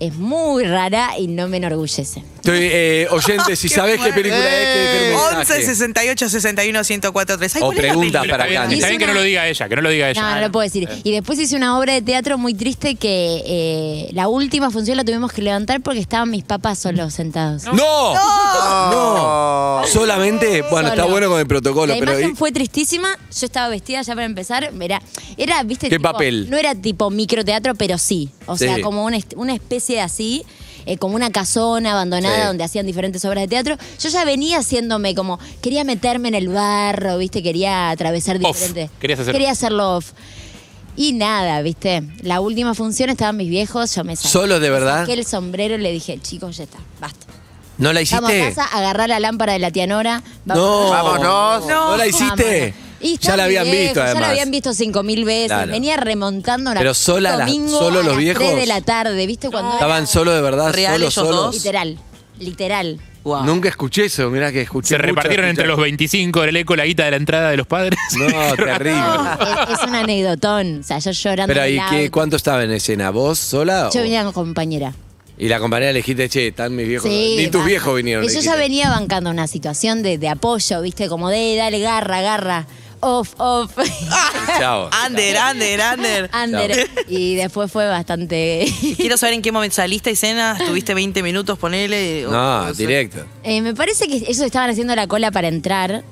es muy rara y no me enorgullece. Estoy eh, oyente, si sabes qué película es, que Eh, deje un 11 mensaje. 68 61 1043. Ay, O ¿cuál es la preguntas película? para Está bien, Candy. está bien que no lo diga ella, que no lo diga ella. No, no lo puedo decir. Y después hice una obra de teatro muy triste que eh, la última función la tuvimos que levantar porque estaban mis papás solos sentados. ¡No! ¡No! Solamente, bueno, está Solo. bueno con el protocolo, La pero imagen y- fue tristísima. Yo estaba vestida ya para empezar. Era, era ¿viste? ¿Qué tipo, papel? No era tipo microteatro, pero sí. O Sí. sea, como una, est- una especie de así, eh, como una casona abandonada Sí. donde hacían diferentes obras de teatro. Yo ya venía haciéndome como. Quería meterme en el barro, ¿viste? Quería atravesar Off. diferentes. Querías hacer- Quería hacerlo off. Y nada, viste, la última función estaban mis viejos, yo me saqué. ¿Solos de verdad? Que el sombrero y le dije, chicos, ya está, basta. ¿No la Vamos a hiciste? casa, agarrar la lámpara de la tía Nora. No. Vámonos. ¿No la hiciste? Ah, Ya Y la están habían viejos, visto, Ya la además. habían visto cinco mil veces. Claro. Venía remontando una Pero sola la- domingo solo a los las viejos. tres de la tarde, ¿viste? Cuando era- ¿Estaban solo de verdad? ¿Real solo, ellos solos? dos? Literal, literal. Guau. Nunca escuché eso, mirá que escuché. Se mucho, repartieron escuché- entre los 25 del eco la guita de la entrada de los padres. No, terrible. Es, es un anecdotón. O sea, yo llorando. Pero en ahí, el ¿qué, auto. ¿cuánto estaba en escena? ¿Vos sola? Yo o- venía con compañera. Y la compañera le dijiste, che, están mis viejos. Sí, Ni tus va. viejos vinieron. Y le yo ya dijiste. venía bancando una situación de, de apoyo, ¿viste? Como de, dale, garra, garra. Off, off. Ah. Chao. Under, under, under. Under. Y después fue bastante. Quiero saber en qué momento saliste y cena, estuviste 20 minutos, ponele. o- No, o- directo. Eh, me parece que ellos estaban haciendo la cola para entrar.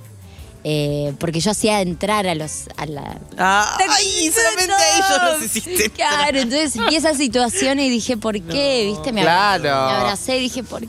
eh, porque yo hacía entrar a los. A la, Ah, ay, solamente a ellos los hiciste. Claro, entonces vi esa situación y dije, ¿por qué? ¿Viste? Me abra- Claro. me abracé y dije, ¿por qué?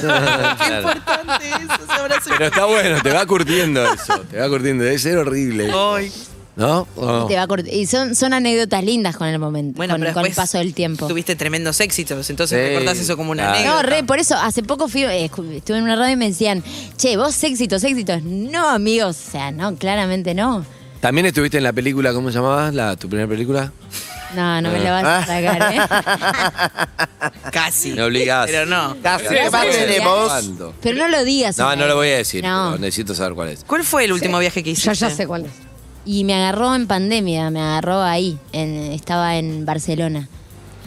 Claro. importante eso, ese abrazo. Pero está bueno, te va curtiendo eso. Te va curtiendo. Debe ser horrible. Ay. ¿No? ¿O no? Y, te va a cort- y son, son anécdotas lindas con el momento, Bueno, con, pero con el después paso del tiempo. Tuviste tremendos éxitos, entonces Sí. te cortás eso como una Claro. No, anécdota. re, por eso, hace poco fui, eh, escu- estuve en una radio y me decían, che, vos éxitos, éxitos. No, amigos, o sea, no, claramente no. También estuviste en la película, ¿cómo se llamaba? La, ¿Tu primera película? No, no me la vas a sacar, ¿eh? Casi. Me obligás. Pero no. Casi. Sí, ¿Qué más porque- tenemos? ¿Cuándo? Pero no lo digas. No, no lo voy a decir. No. pero necesito saber cuál es. ¿Cuál fue el último viaje que hiciste? Yo ya sé cuál es. Y me agarró en pandemia, me agarró ahí, en- estaba en Barcelona.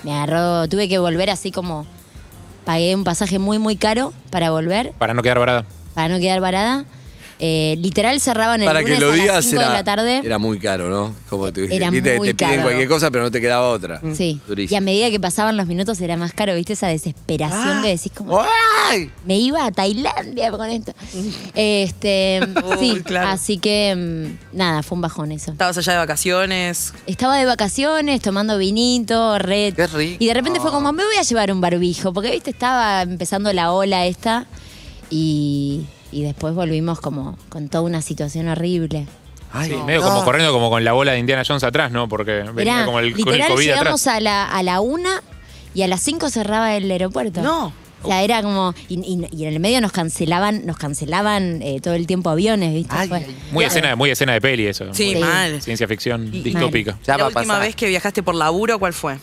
Me agarró, tuve que volver así como, pagué un pasaje muy, muy caro para volver, Para no quedar varada. para no quedar varada. Eh, literal cerraban el Para lunes que lo a las digas, 5 de era, la tarde. era muy caro, ¿no? Como tú dijiste, Era te, te muy piden caro. cualquier cosa, pero no te quedaba otra. Mm. Sí. Durísimo. Ah. Y a medida que pasaban los minutos era más caro, ¿viste? Esa desesperación que decís como, ¡Ay! me iba a Tailandia con esto. Este, sí, claro. así que mm, nada, fue un bajón eso. Estabas allá de vacaciones. Estaba de vacaciones, tomando vinito, red. Qué rico. Y de repente fue como, me voy a llevar un barbijo, porque viste, estaba empezando la ola esta y, y después volvimos como con toda una situación horrible. Ay, Sí, medio como corriendo como con la bola de Indiana Jones atrás, ¿no? Porque venía Mirá, como el, con el literal COVID llegamos atrás. a la, a la una y a las cinco cerraba el aeropuerto. No. O sea, era como. Y, y- y en el medio nos cancelaban, nos cancelaban eh, todo el tiempo aviones, ¿viste? Ay, Fue- ay, Muy escena, muy escena de peli eso. Sí, Sí. Muy mal. Ciencia ficción Y- distópica. Ya va la a última pasar. vez que viajaste por laburo, ¿cuál fue?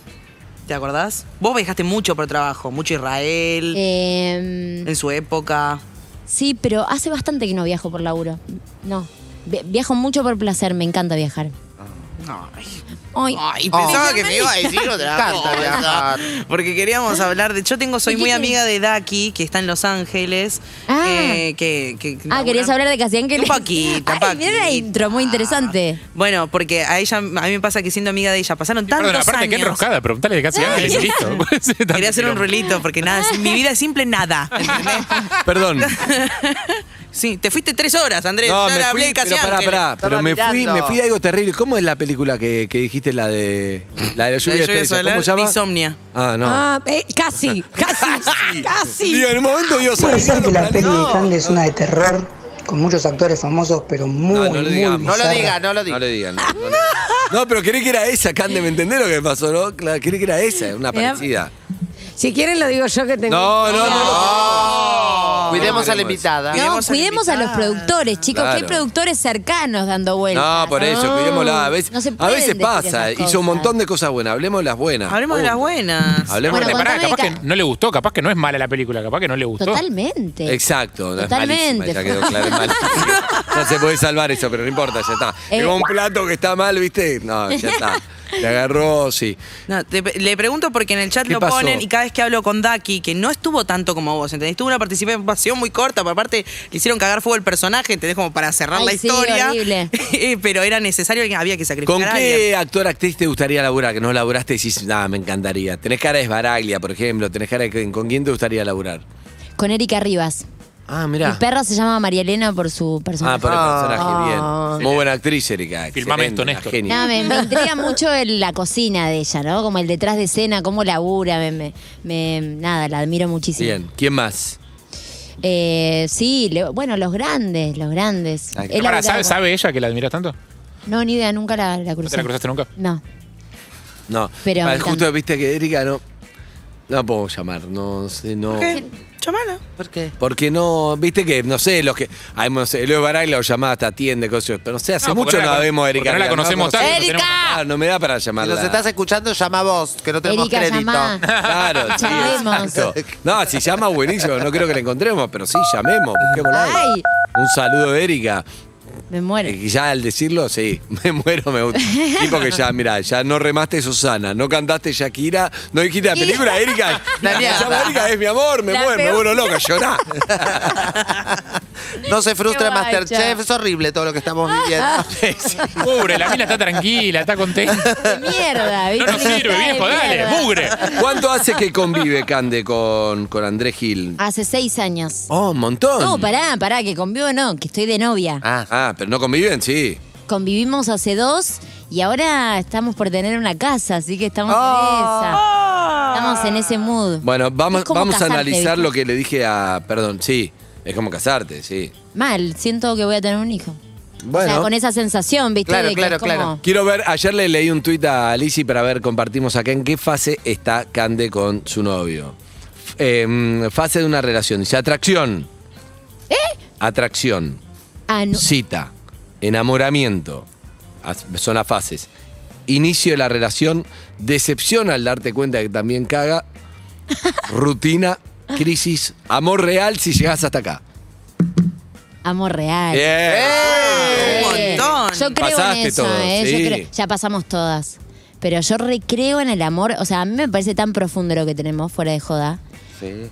¿Te acordás? Vos viajaste mucho por trabajo, mucho Israel, Eh. Em, en su época. sí, pero hace bastante que no viajo por laburo. No. Vi- Viajo mucho por placer, me encanta viajar. Ay. Ay, Oh. pensaba que me iba a Me decir otra encanta viajar. cosa. Porque queríamos Ah. hablar de. Yo tengo, soy ¿De qué muy querés? amiga de Daki, que está en Los Ángeles. Ah. eh, que, que- Ah, ¿querías hablar de Casián? Un poquito, un Ay, mira la poquito. intro, muy interesante. Bueno, porque a ella, a mí me pasa que siendo amiga de ella, pasaron tantos Perdón, aparte, qué años. enroscada. Preguntale de casi antes y listo. Quería hacer un ruelito porque nada, mi vida es simple, nada. ¿entendés? Perdón. Sí, te fuiste tres horas, Andrés. No, Ya me la hablé fui, de Casi pero pará, Ángeles. pará, pero me fui, mirando. me fui de algo terrible. ¿Cómo es la película que, que dijiste, la de la de la lluvia, La lluvia de estrellas? solar, ¿Cómo se llama? Insomnia. Ah, no. Ah, eh, casi, casi, Digo, casi. en un momento Dios Puede ser que la peli de Candy es una de terror, con muchos actores famosos, pero muy, Ah, No, no lo muy digamos. No lo bizarra. diga, no lo No diga. le digan. No, no le digan. No, pero creí que era esa, Cande, ¿me entendés lo que me pasó? No, claro, creí que era esa, una Mirá. parecida. Si quieren lo digo yo que tengo. No, no, no. no. Cuidemos a la queremos. invitada. No, Cuidemos al cuidemos a los invitado. productores, chicos, que hay Claro. productores cercanos dando vueltas. No, por eso, No. cuidémosla. A veces, No se a pueden veces decir pasa, esas hizo un cosas. montón de cosas buenas. Hablemos de las buenas. Hablemos de las buenas. Hablemos Bueno, de las Pará, Contame capaz que de ca- no le gustó, capaz que no es mala la película, capaz que no le gustó. Totalmente. Exacto, no, es malísima, Totalmente. ya quedó claro, es malísima. Ya se puede salvar eso, pero no importa, ya está. Eh. Llegó un plato que está mal, ¿viste? No, ya está. Te agarró, sí. No, te- le pregunto porque en el chat ¿Qué lo pasó? ponen y cada vez que hablo con Daki, que no estuvo tanto como vos, ¿entendés? Tuvo una participación muy corta, pero aparte le hicieron cagar fuego el personaje, ¿entendés? Como para cerrar Ay, la sí, historia. horrible. Eh, pero era necesario que había que sacrificar ¿Con a qué alguien. actor, actriz te gustaría laburar? Que no laburaste y decís, nada, me encantaría. Tenés cara de Sbaraglia, por ejemplo. Tenés cara de... ¿Con quién te gustaría laburar? Con Erika Rivas. Ah, Mi mirá. perra se llama María Elena por su Ah, personaje. por el personaje, bien. Ah. Muy buena actriz, Erika. Filmame Excelente, esto, una Néstor. genia. No, me, me intriga mucho el- la cocina de ella, ¿no? Como el detrás de escena, cómo labura, me, me- me- nada, la admiro muchísimo. Bien, ¿quién más? Eh, sí, le- bueno, los grandes, los grandes. Ay, He Pará, laburado ¿sabe, con- sabe ella que la admiras tanto? No, ni idea, nunca la, la ¿No crucé. te la cruzaste nunca? No. No. Pero Ah, justo también- viste que Erika no. No puedo llamar, no sé, no. ¿Qué? Llamala. ¿Por qué? Porque no, viste que, no sé, los que. Hay, no sé, Leo Baraglia o llamada hasta atiende, cosas. Pero no sé, hace No, mucho porque no la no la cono- vemos a porque Erika. no la Leal, conocemos No, tanto, no ¡Erika! tenemos- Ah, no me da para Si llamarla. nos estás escuchando, llama vos, que no tenemos Erika, crédito. llamá. Claro, sí, Llamemos. exacto. No, si llama, buenísimo. No creo que la encontremos, pero sí, llamemos, busquémosla. ahí. Ay. Un saludo de Erika. Me muero. Eh, Ya al decirlo, sí, me muero, me gusta. Tipo que ya, mira, ya no remaste Susana, no cantaste Shakira, no dijiste la película, Erika. La mierda. Se llama Erika, es mi amor, me La muero, me peor. vuelvo loca, llorá. No se frustre, Qué guacha. Masterchef. Es horrible todo lo que estamos viviendo. Pobre, la mina está tranquila, está contenta. De mierda, ¿viste? No nos sirve, Está de viejo, dale, mierda. mugre. ¿Cuánto hace que convive Cande con, con Andrés Gil? Hace seis años. Oh, un montón. No, pará, pará, que convivo no, que estoy de novia. Ah, ah, pero no conviven, sí. Convivimos hace dos y ahora estamos por tener una casa, así que estamos en esa. Estamos en ese mood. Bueno, vamos, Es como vamos casarte, a analizar ¿viste? lo que le dije a. Perdón, sí. Es como casarte, sí. Mal, siento que voy a tener un hijo. O Bueno. sea, con esa sensación, ¿viste? Claro, De que claro, es como- claro. Quiero ver, ayer le leí un tuit a Lizzy para ver, compartimos acá en qué fase está Cande con su novio. F- em, fase de una relación. Dice atracción. ¿Eh? Atracción. Ah, no. Cita. Enamoramiento. As- Son las fases. Inicio de la relación. Decepción al darte cuenta que también caga. Rutina. Crisis. Amor real si llegas hasta acá. Amor real. Eh, Bien. Eh, Un montón. Yo creo Pasaste en eso, todo, eh, sí. yo creo- ya pasamos todas. Pero yo recreo en el amor, o sea, a mí me parece tan profundo lo que tenemos fuera de joda,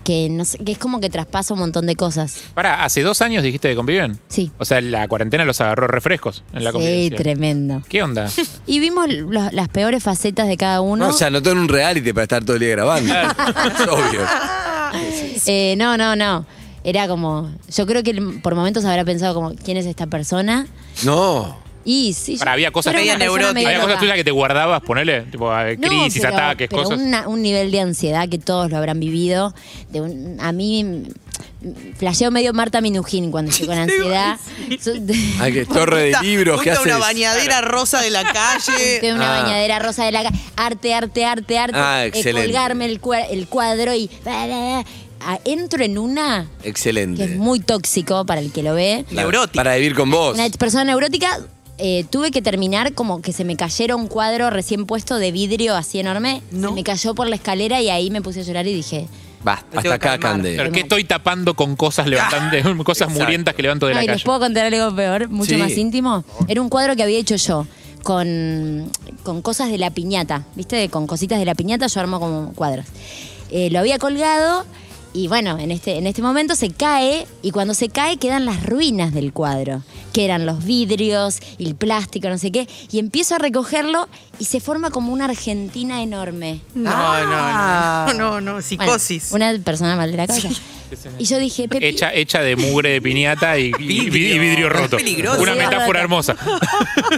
que no sé, que es como que traspasa un montón de cosas. Pará, hace dos años dijiste que conviven. Sí. O sea, la cuarentena los agarró refrescos en la sí, convivencia. tremendo. ¿Qué onda? Y vimos lo- las peores facetas de cada uno. No, se anotó en un reality para estar todo el día grabando. es obvio. Eh, no, no, no. Era como, yo creo que él por momentos habrá pensado como, ¿quién es esta persona? No. Y sí, yo- Pará, había cosas, yo era media una persona neurótica. medio había cosas loca. tuyas que te guardabas, ponele, tipo eh, No, crisis, pero- ataques, pero cosas. una- un nivel de ansiedad que todos lo habrán vivido. De un- a mí mm, flasheo medio Marta Minujín cuando estoy con ansiedad. So- Hay que torre de Junta- libros, ¿qué junta haces? una bañadera rosa de la calle. Tengo una Ah. bañadera rosa de la ca- arte, arte, arte, arte. Ah, Eh, excelente. colgarme el, cua- el cuadro y Ah, entro en una que Excelente. es muy tóxico para el que lo ve. La- Neurótica. Para vivir con vos. Una persona neurótica. eh, tuve que terminar como que se me cayera un cuadro recién puesto de vidrio así enorme. No. Se me cayó por la escalera y ahí me puse a llorar y dije, Basta. tengo Hasta que acá, calmar. Pero Cande. ¿qué estoy tapando con cosas levantantes, cosas Exacto. mugrientas que levanto de la Ay, ¿les calle? puedo contar algo peor? Mucho Sí. más íntimo. Era un cuadro que había hecho yo con, con cosas de la piñata, ¿viste? Con cositas de la piñata yo armo como cuadros. Eh, lo había colgado y bueno, en este, en este momento se cae y cuando se cae quedan las ruinas del cuadro, que eran los vidrios, y el plástico, no sé qué, y empiezo a recogerlo y se forma como una Argentina enorme. No, no, no, no, no, Ah. Bueno, psicosis. una persona mal de la cabeza. Y yo dije, Pepi, Hecha, hecha de mugre de piñata y, y- y vidrio. roto. Peligroso. Una Sí, metáfora roto. hermosa.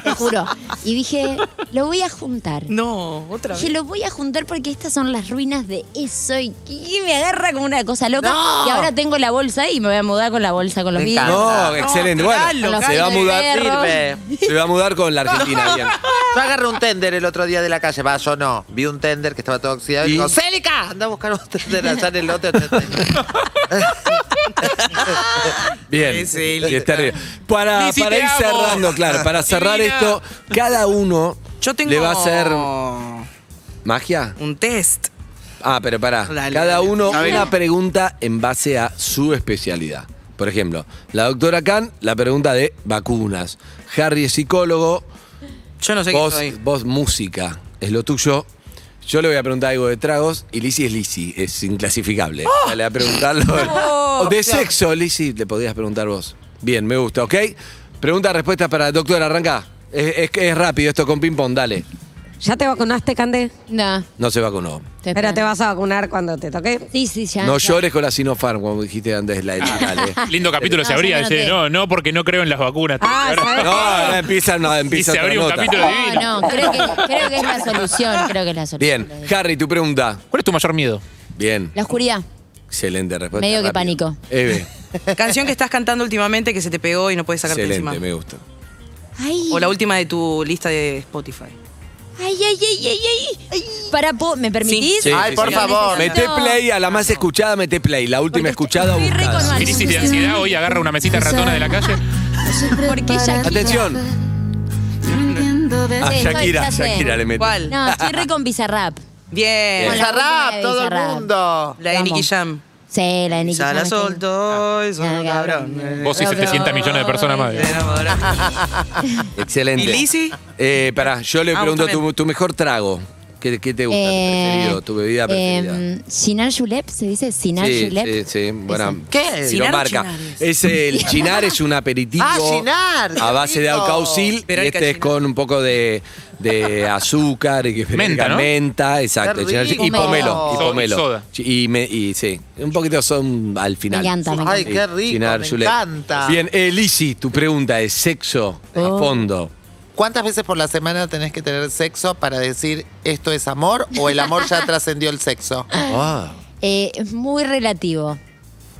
te juro. Y dije, lo voy a juntar. No, otra Dije, vez. lo voy a juntar porque estas son las ruinas de eso y, y me agarra como una cosa loca. Y ahora tengo la bolsa y me voy a mudar con la bolsa, con los Me vidrios. No, No, excelente. claro, Bueno, se Cande. va a mudar. Sirve. Se va a mudar con la Argentina. bien. Yo agarré un tender el otro día de la calle. Va, yo no. Vi un tender que estaba todo oxidado y, ¿Y? digo, ¡Célica! Anda a buscar un tender allá en el otro tender. Bien. Sí, sí, listo. Y está arriba. Para, Lizzy, para te ir amo. cerrando, claro, para cerrar Divina. esto, cada uno Yo tengo le va a hacer magia. un test. Ah, pero pará. Dale, Cada dale. uno A ver. una pregunta en base a su especialidad. Por ejemplo, la doctora Khan, la pregunta de vacunas. Harry es psicólogo, Yo no sé vos, qué soy. vos música, es lo tuyo. Yo le voy a preguntar algo de tragos y Lizzie es Lizzie, es inclasificable. Le voy a preguntarlo. de sexo, Lizzie, le podrías preguntar vos. Bien, me gusta, ¿ok? Pregunta, respuesta para doctora, arranca. Es, es- es rápido esto con ping-pong, dale. ¿Ya te vacunaste, Cande? No, No se vacunó. te Pero espero. te vas a vacunar cuando te toque. Sí, sí, ya. No ya. llores con la Sinopharm, como dijiste antes, la dale. Lindo capítulo No, se ya abría. me dice, anoté. no, no, porque no creo en las vacunas. Ah, ¿sabes? No, ahora empieza, no, empieza Y se otra abrió un nota. capítulo de- No, no, creo que, creo que es la solución, creo que es la solución. Bien, Harry, tu pregunta. ¿Cuál es tu mayor miedo? Bien, La oscuridad. excelente respuesta. Medio que rápido. pánico. Eve, Canción que estás cantando últimamente que se te pegó y no puedes sacarte excelente, encima. me gusta. Ay, O la última de tu lista de Spotify. Ay, ay, ay, ay, ay. Para, po- ¿me permitís? Sí, Ay, sí, por sí. favor. Mete play a la más escuchada, mete play. La última escuchada, estoy re buscás. con mal. Crisis de ansiedad, hoy agarra una mesita ratona de la calle. Porque Shakira. Atención. Ah, Sí, Shakira, ya sé. Shakira le mete. ¿Cuál? No, estoy re con Bizarrap. Bien. Hola. Bizarrap, todo el Bizarrap. mundo. La de Vamos. Nicky Jam. Sí, la de Nicki Ya la Jam está bien. soltó y son Ah, cabrón. cabrones. Vos y 700 millones de personas más. Te enamorás. Excelente. ¿Y Lizzy? Eh, pará, yo le Ah, pregunto vos también. tu, tu mejor trago. ¿Qué, qué te gusta? tu Eh, preferido, tu bebida preferida. em, Sinar Julep, ¿se dice? Sinar sí, Julep. sí, sí, bueno. ¿Qué? Si lo ¿Chinar o marca. chinares? Es el chinar, es un aperitivo. Ah, chinar, A base de rico. alcaucil. Y Pero hay este es cachinar. con un poco de, de azúcar y que Menta, ¿no? Menta, exacto. Qué el chinar- rico. y pomelo. Y Soda, pomelo. y soda. Y, me- y sí, un poquito son al Me final. encanta, me encanta. Ay, qué rico, me Juliet. encanta. Bien, eh, Lizzy, tu pregunta es sexo a fondo. ¿Cuántas veces por la semana tenés que tener sexo para decir esto es amor o el amor ya trascendió el sexo? Ah. Eh, es muy relativo.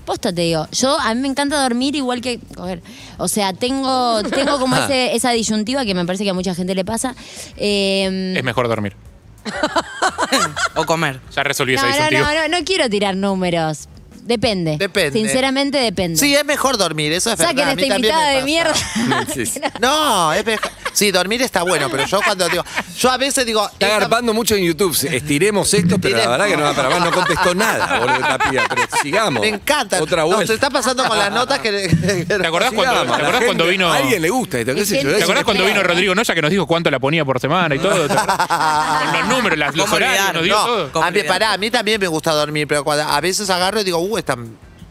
Posta te digo, yo a mí me encanta dormir igual que coger. O sea, tengo, tengo como ese- esa disyuntiva que me parece que a mucha gente le pasa. Eh, Es mejor dormir. O comer. Ya resolví no, esa no, disyuntiva. no, no, no quiero tirar números. Depende. Depende. Sinceramente depende. Sí, es mejor dormir, eso es Saquen verdad. a esta mí también invitada me de pasa. mierda. Sí, sí. No, es mejor. Sí, dormir está bueno, pero yo cuando digo. Yo a veces digo. eh, Está esta- garpando mucho en YouTube. Estiremos esto, pero la Estiremos. verdad que no va para más. No contestó nada, boludo, Tapia. Pero sigamos. Me encanta. Otra Nos vuelta. está pasando con las notas que. ¿Te acordás Sigamos, cuando, la ¿te acordás gente- cuando vino.? A alguien le gusta esto, qué sé yo. ¿Te es acordás cuando Claro. vino Rodrigo Noya que nos dijo cuánto la ponía por semana y todo? ¿Te acordás? Con los números, las, los ¿Cómo horarios, olvidar? nos dio No. todo. A mí, Complicado. pará, a mí también me gusta dormir, pero cuando a veces agarro y digo, uh, esta,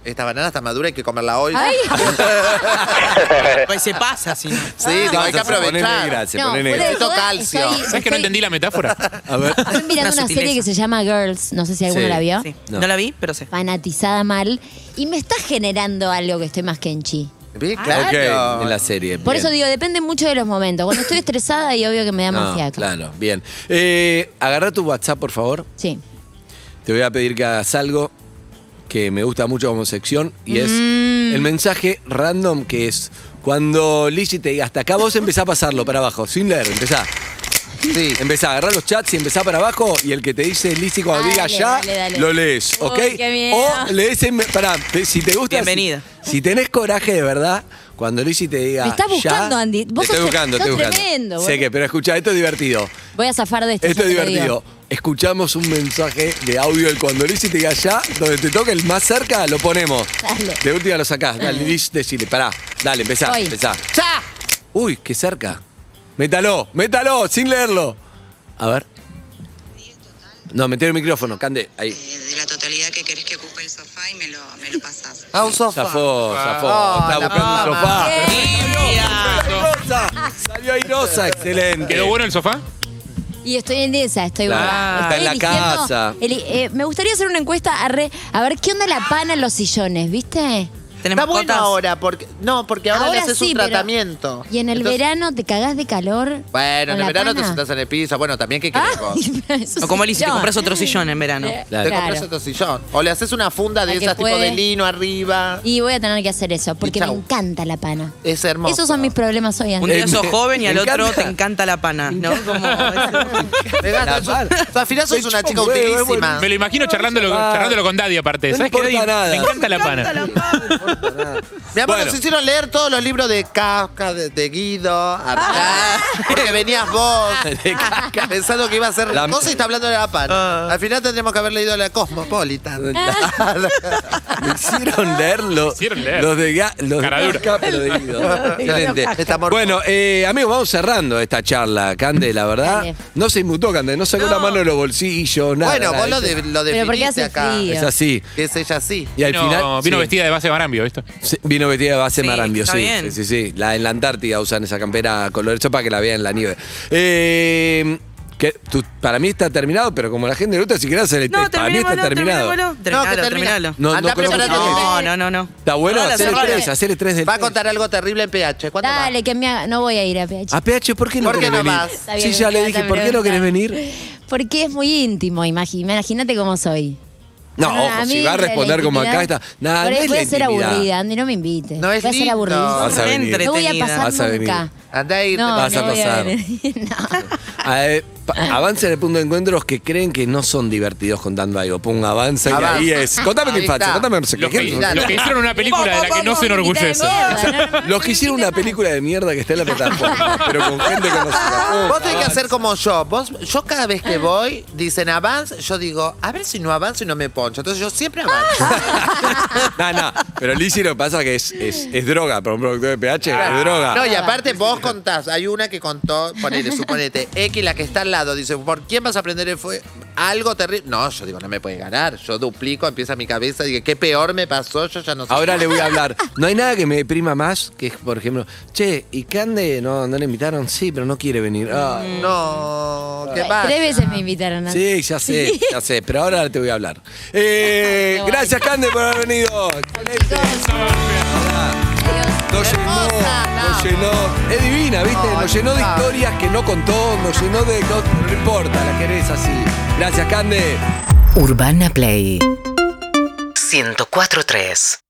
esta banana está madura, hay que comerla hoy. Pues se pasa, si no. Sí, digo, hay que Ah. Se pone negra, aprovechar. se No, pone fuera de negra. Necesito joda, calcio. estoy- ¿Sabes que no estoy- entendí la metáfora? A ver. Estoy mirando una, Una serie que sutileza. se llama Girls, no sé si alguno Sí. la vio. Sí. No. No. la vi, pero sé. Fanatizada mal. Y me está generando algo que estoy más que en chi. Bien, Ok, claro. en la serie. Por bien. eso digo, depende mucho de los momentos. Cuando estoy estresada y obvio que me da más No, fiaca. claro, bien. Eh, agarra tu WhatsApp, por favor. Sí. Te voy a pedir que hagas algo que me gusta mucho como sección y es Mm. el mensaje random que es cuando Lizzy te diga hasta acá, vos empezá a pasarlo para abajo, sin leer, empezá. Sí. Empezá a agarrar los chats y empezá para abajo y el que te dice Lizzy cuando Dale, diga ya, dale, dale. lo lees, Uy, ¿ok? qué miedo. O lees en... Pará, te- si te gusta... Bienvenida. Si, si tenés coraje de verdad, cuando Lizzy te diga Me estás ya, buscando, Andy. te Vos estoy sos- buscando, sos estoy buscando. tremendo, sé boludo. que, pero escucha, esto es divertido. Voy a zafar de esto. Esto es ya te lo divertido. digo. Escuchamos un mensaje de audio del cuando Lizzy te diga ya, donde te toque el más cerca, lo ponemos. Dale. De última lo sacás. Dale, Liz, decile, pará. Dale, empezá, Voy. empezá. ¡Ya! Uy, qué cerca. Métalo, métalo, sin leerlo. A ver. No, meter el micrófono, Cande. Ahí. De la totalidad que querés que ocupe el sofá y me lo, me lo pasas. A un sofá. Zafó, zafó. Ah, Está la buscando un pava. sofá. Eh, Limpia. Rosa, Salió airosa, excelente. ¿Quedó bueno el sofá? Y estoy en esa, estoy Claro. buena. Está en la Estoy eligiendo- casa. eli- eh, me gustaría hacer una encuesta a, re- a ver qué onda la pana en los sillones, ¿viste? ¿Tenés Está bueno mascotas? ahora, porque. No, porque ahora, le haces un pero- tratamiento. Y en el Entonces- verano te cagás de calor. Bueno, con en el la verano te pana. sentás en el piso. Bueno, también, ¿qué querés Ah, vos? eso O como Liz, te sillón. compras otro sillón en verano. Claro. Te Eh, Claro. compras otro sillón. O le haces una funda de Al que esas tipo puede. de lino arriba. Y voy a tener que hacer eso, porque me chau. encanta la pana. Es hermoso. Esos son mis problemas hoy, Un Andy. día sos Eh, me- joven y al me otro encanta. te encanta la pana, ¿no? Como Me gasta, La sos- par- sos- al final sos Me una chupa chica un huevo, es utilísima. Me lo imagino charlándolo, Ah. charlándolo con Daddy aparte. No ¿Sabes importa qué, Daddy? nada. Me encanta la Este, pana. Mi amor, Bueno. nos hicieron leer todos los libros de Kafka, de, de Guido, Ah. Artaud, porque venías vos pensando que iba a ser La- Ah. la cosa y está hablando de la pana. Al final tendremos que haber leído la Cosmopolitan. Ah. Me hicieron leer, lo- hicieron leer. los de Ga- los de Caradura. Gasca, pero de Guido. Excelente. Está morfo. Bueno, eh, amigos, vamos cerrando esta charla, Cande, la verdad. Dale. No se inmutó, Cande, no sacó la mano de los bolsillos, nada. bueno, nada, vos lo, es- de, lo Pero porque definiste hace acá. frío. Es así. Que es ella así. Y al Vino- final. vino sí, vestida de base de Marambio, ¿viste? sí, vino vestida de base Sí, marambio, está sí, bien. sí. Sí, sí. La, en la Antártida usan esa campera color para que la vean en la nieve. Eh, que tu- para mí está terminado, pero como la gente le gusta, si querés hacer el No, test, para mí está terminémoslo, terminado. terminémoslo. No, que Terminalo, termina. terminalo. No, Andá no conozco- preparándote. No, no, no, no. Está bueno Cerrala, hacer el cerrala. 3, hacer el 3 del Va a tres. contar algo terrible en PH. ¿Cuándo va? Dale, que me haga- no voy a ir a PH. A PH, ¿por qué no ¿Por qué querés no venir? vas? Está Sí, bien, ya me le encanta, dije, ¿por me qué no querés encanta. venir? Porque es muy íntimo, imagi- imagínate cómo soy. No, Ah, ojo, si mí va a la responder como intimidad- acá está. Nada, Por no ahí es voy la a ser intimidad. aburrida, Andy, no me invites. No es voy a ser lindo. aburrida. Vas a venir. No voy a Entretenida. pasar Vas a venir. nunca. Andá a irte. No, vas a no voy pasar. ver. No. A ver, pa- Ah. Avanza en el punto de encuentro los que creen que no son divertidos contando algo. Pon avanza y Avanza. ahí es. Contame tu Ahí infancia, está. contame no sé qué. Los que, ¿Quién- los que hicieron una película de la que no se enorgullecen. Los que hicieron una película de mierda que está en la plataforma, pero con gente conocida. Vos tenés que hacer como yo. Vos, yo cada vez que voy, dicen avance, yo digo, a ver si no avanzo y no me poncho. Entonces yo siempre avanzo. No, no, pero Lizzy lo que pasa que es, es, es droga, para un productor de PH es droga. Ah, No, y aparte vos contás, hay una que contó, ponele, suponete, X, la que está al lado, dice, ¿por quién vas a aprender el fue Algo terrible. No, yo digo, no me puede ganar. Yo duplico, empieza mi cabeza, digo, qué peor me pasó, yo ya no sé. Ahora le voy a hablar. No hay nada que me deprima más que, por ejemplo, che, ¿y Cande no, no le invitaron? Sí, pero no quiere venir. Ay. No, ¿qué pasa? Tres veces me invitaron a Sí, ya sé, ya sé, pero ahora te voy a hablar. Eh, Qué gracias, Cande, por haber venido. Excelente. Nos llenó, nos llenó. Es divina, ¿viste? Nos llenó de historias que no contó, nos llenó de... No, no importa, la querés así. Gracias, Cande. Urbana Play 104.3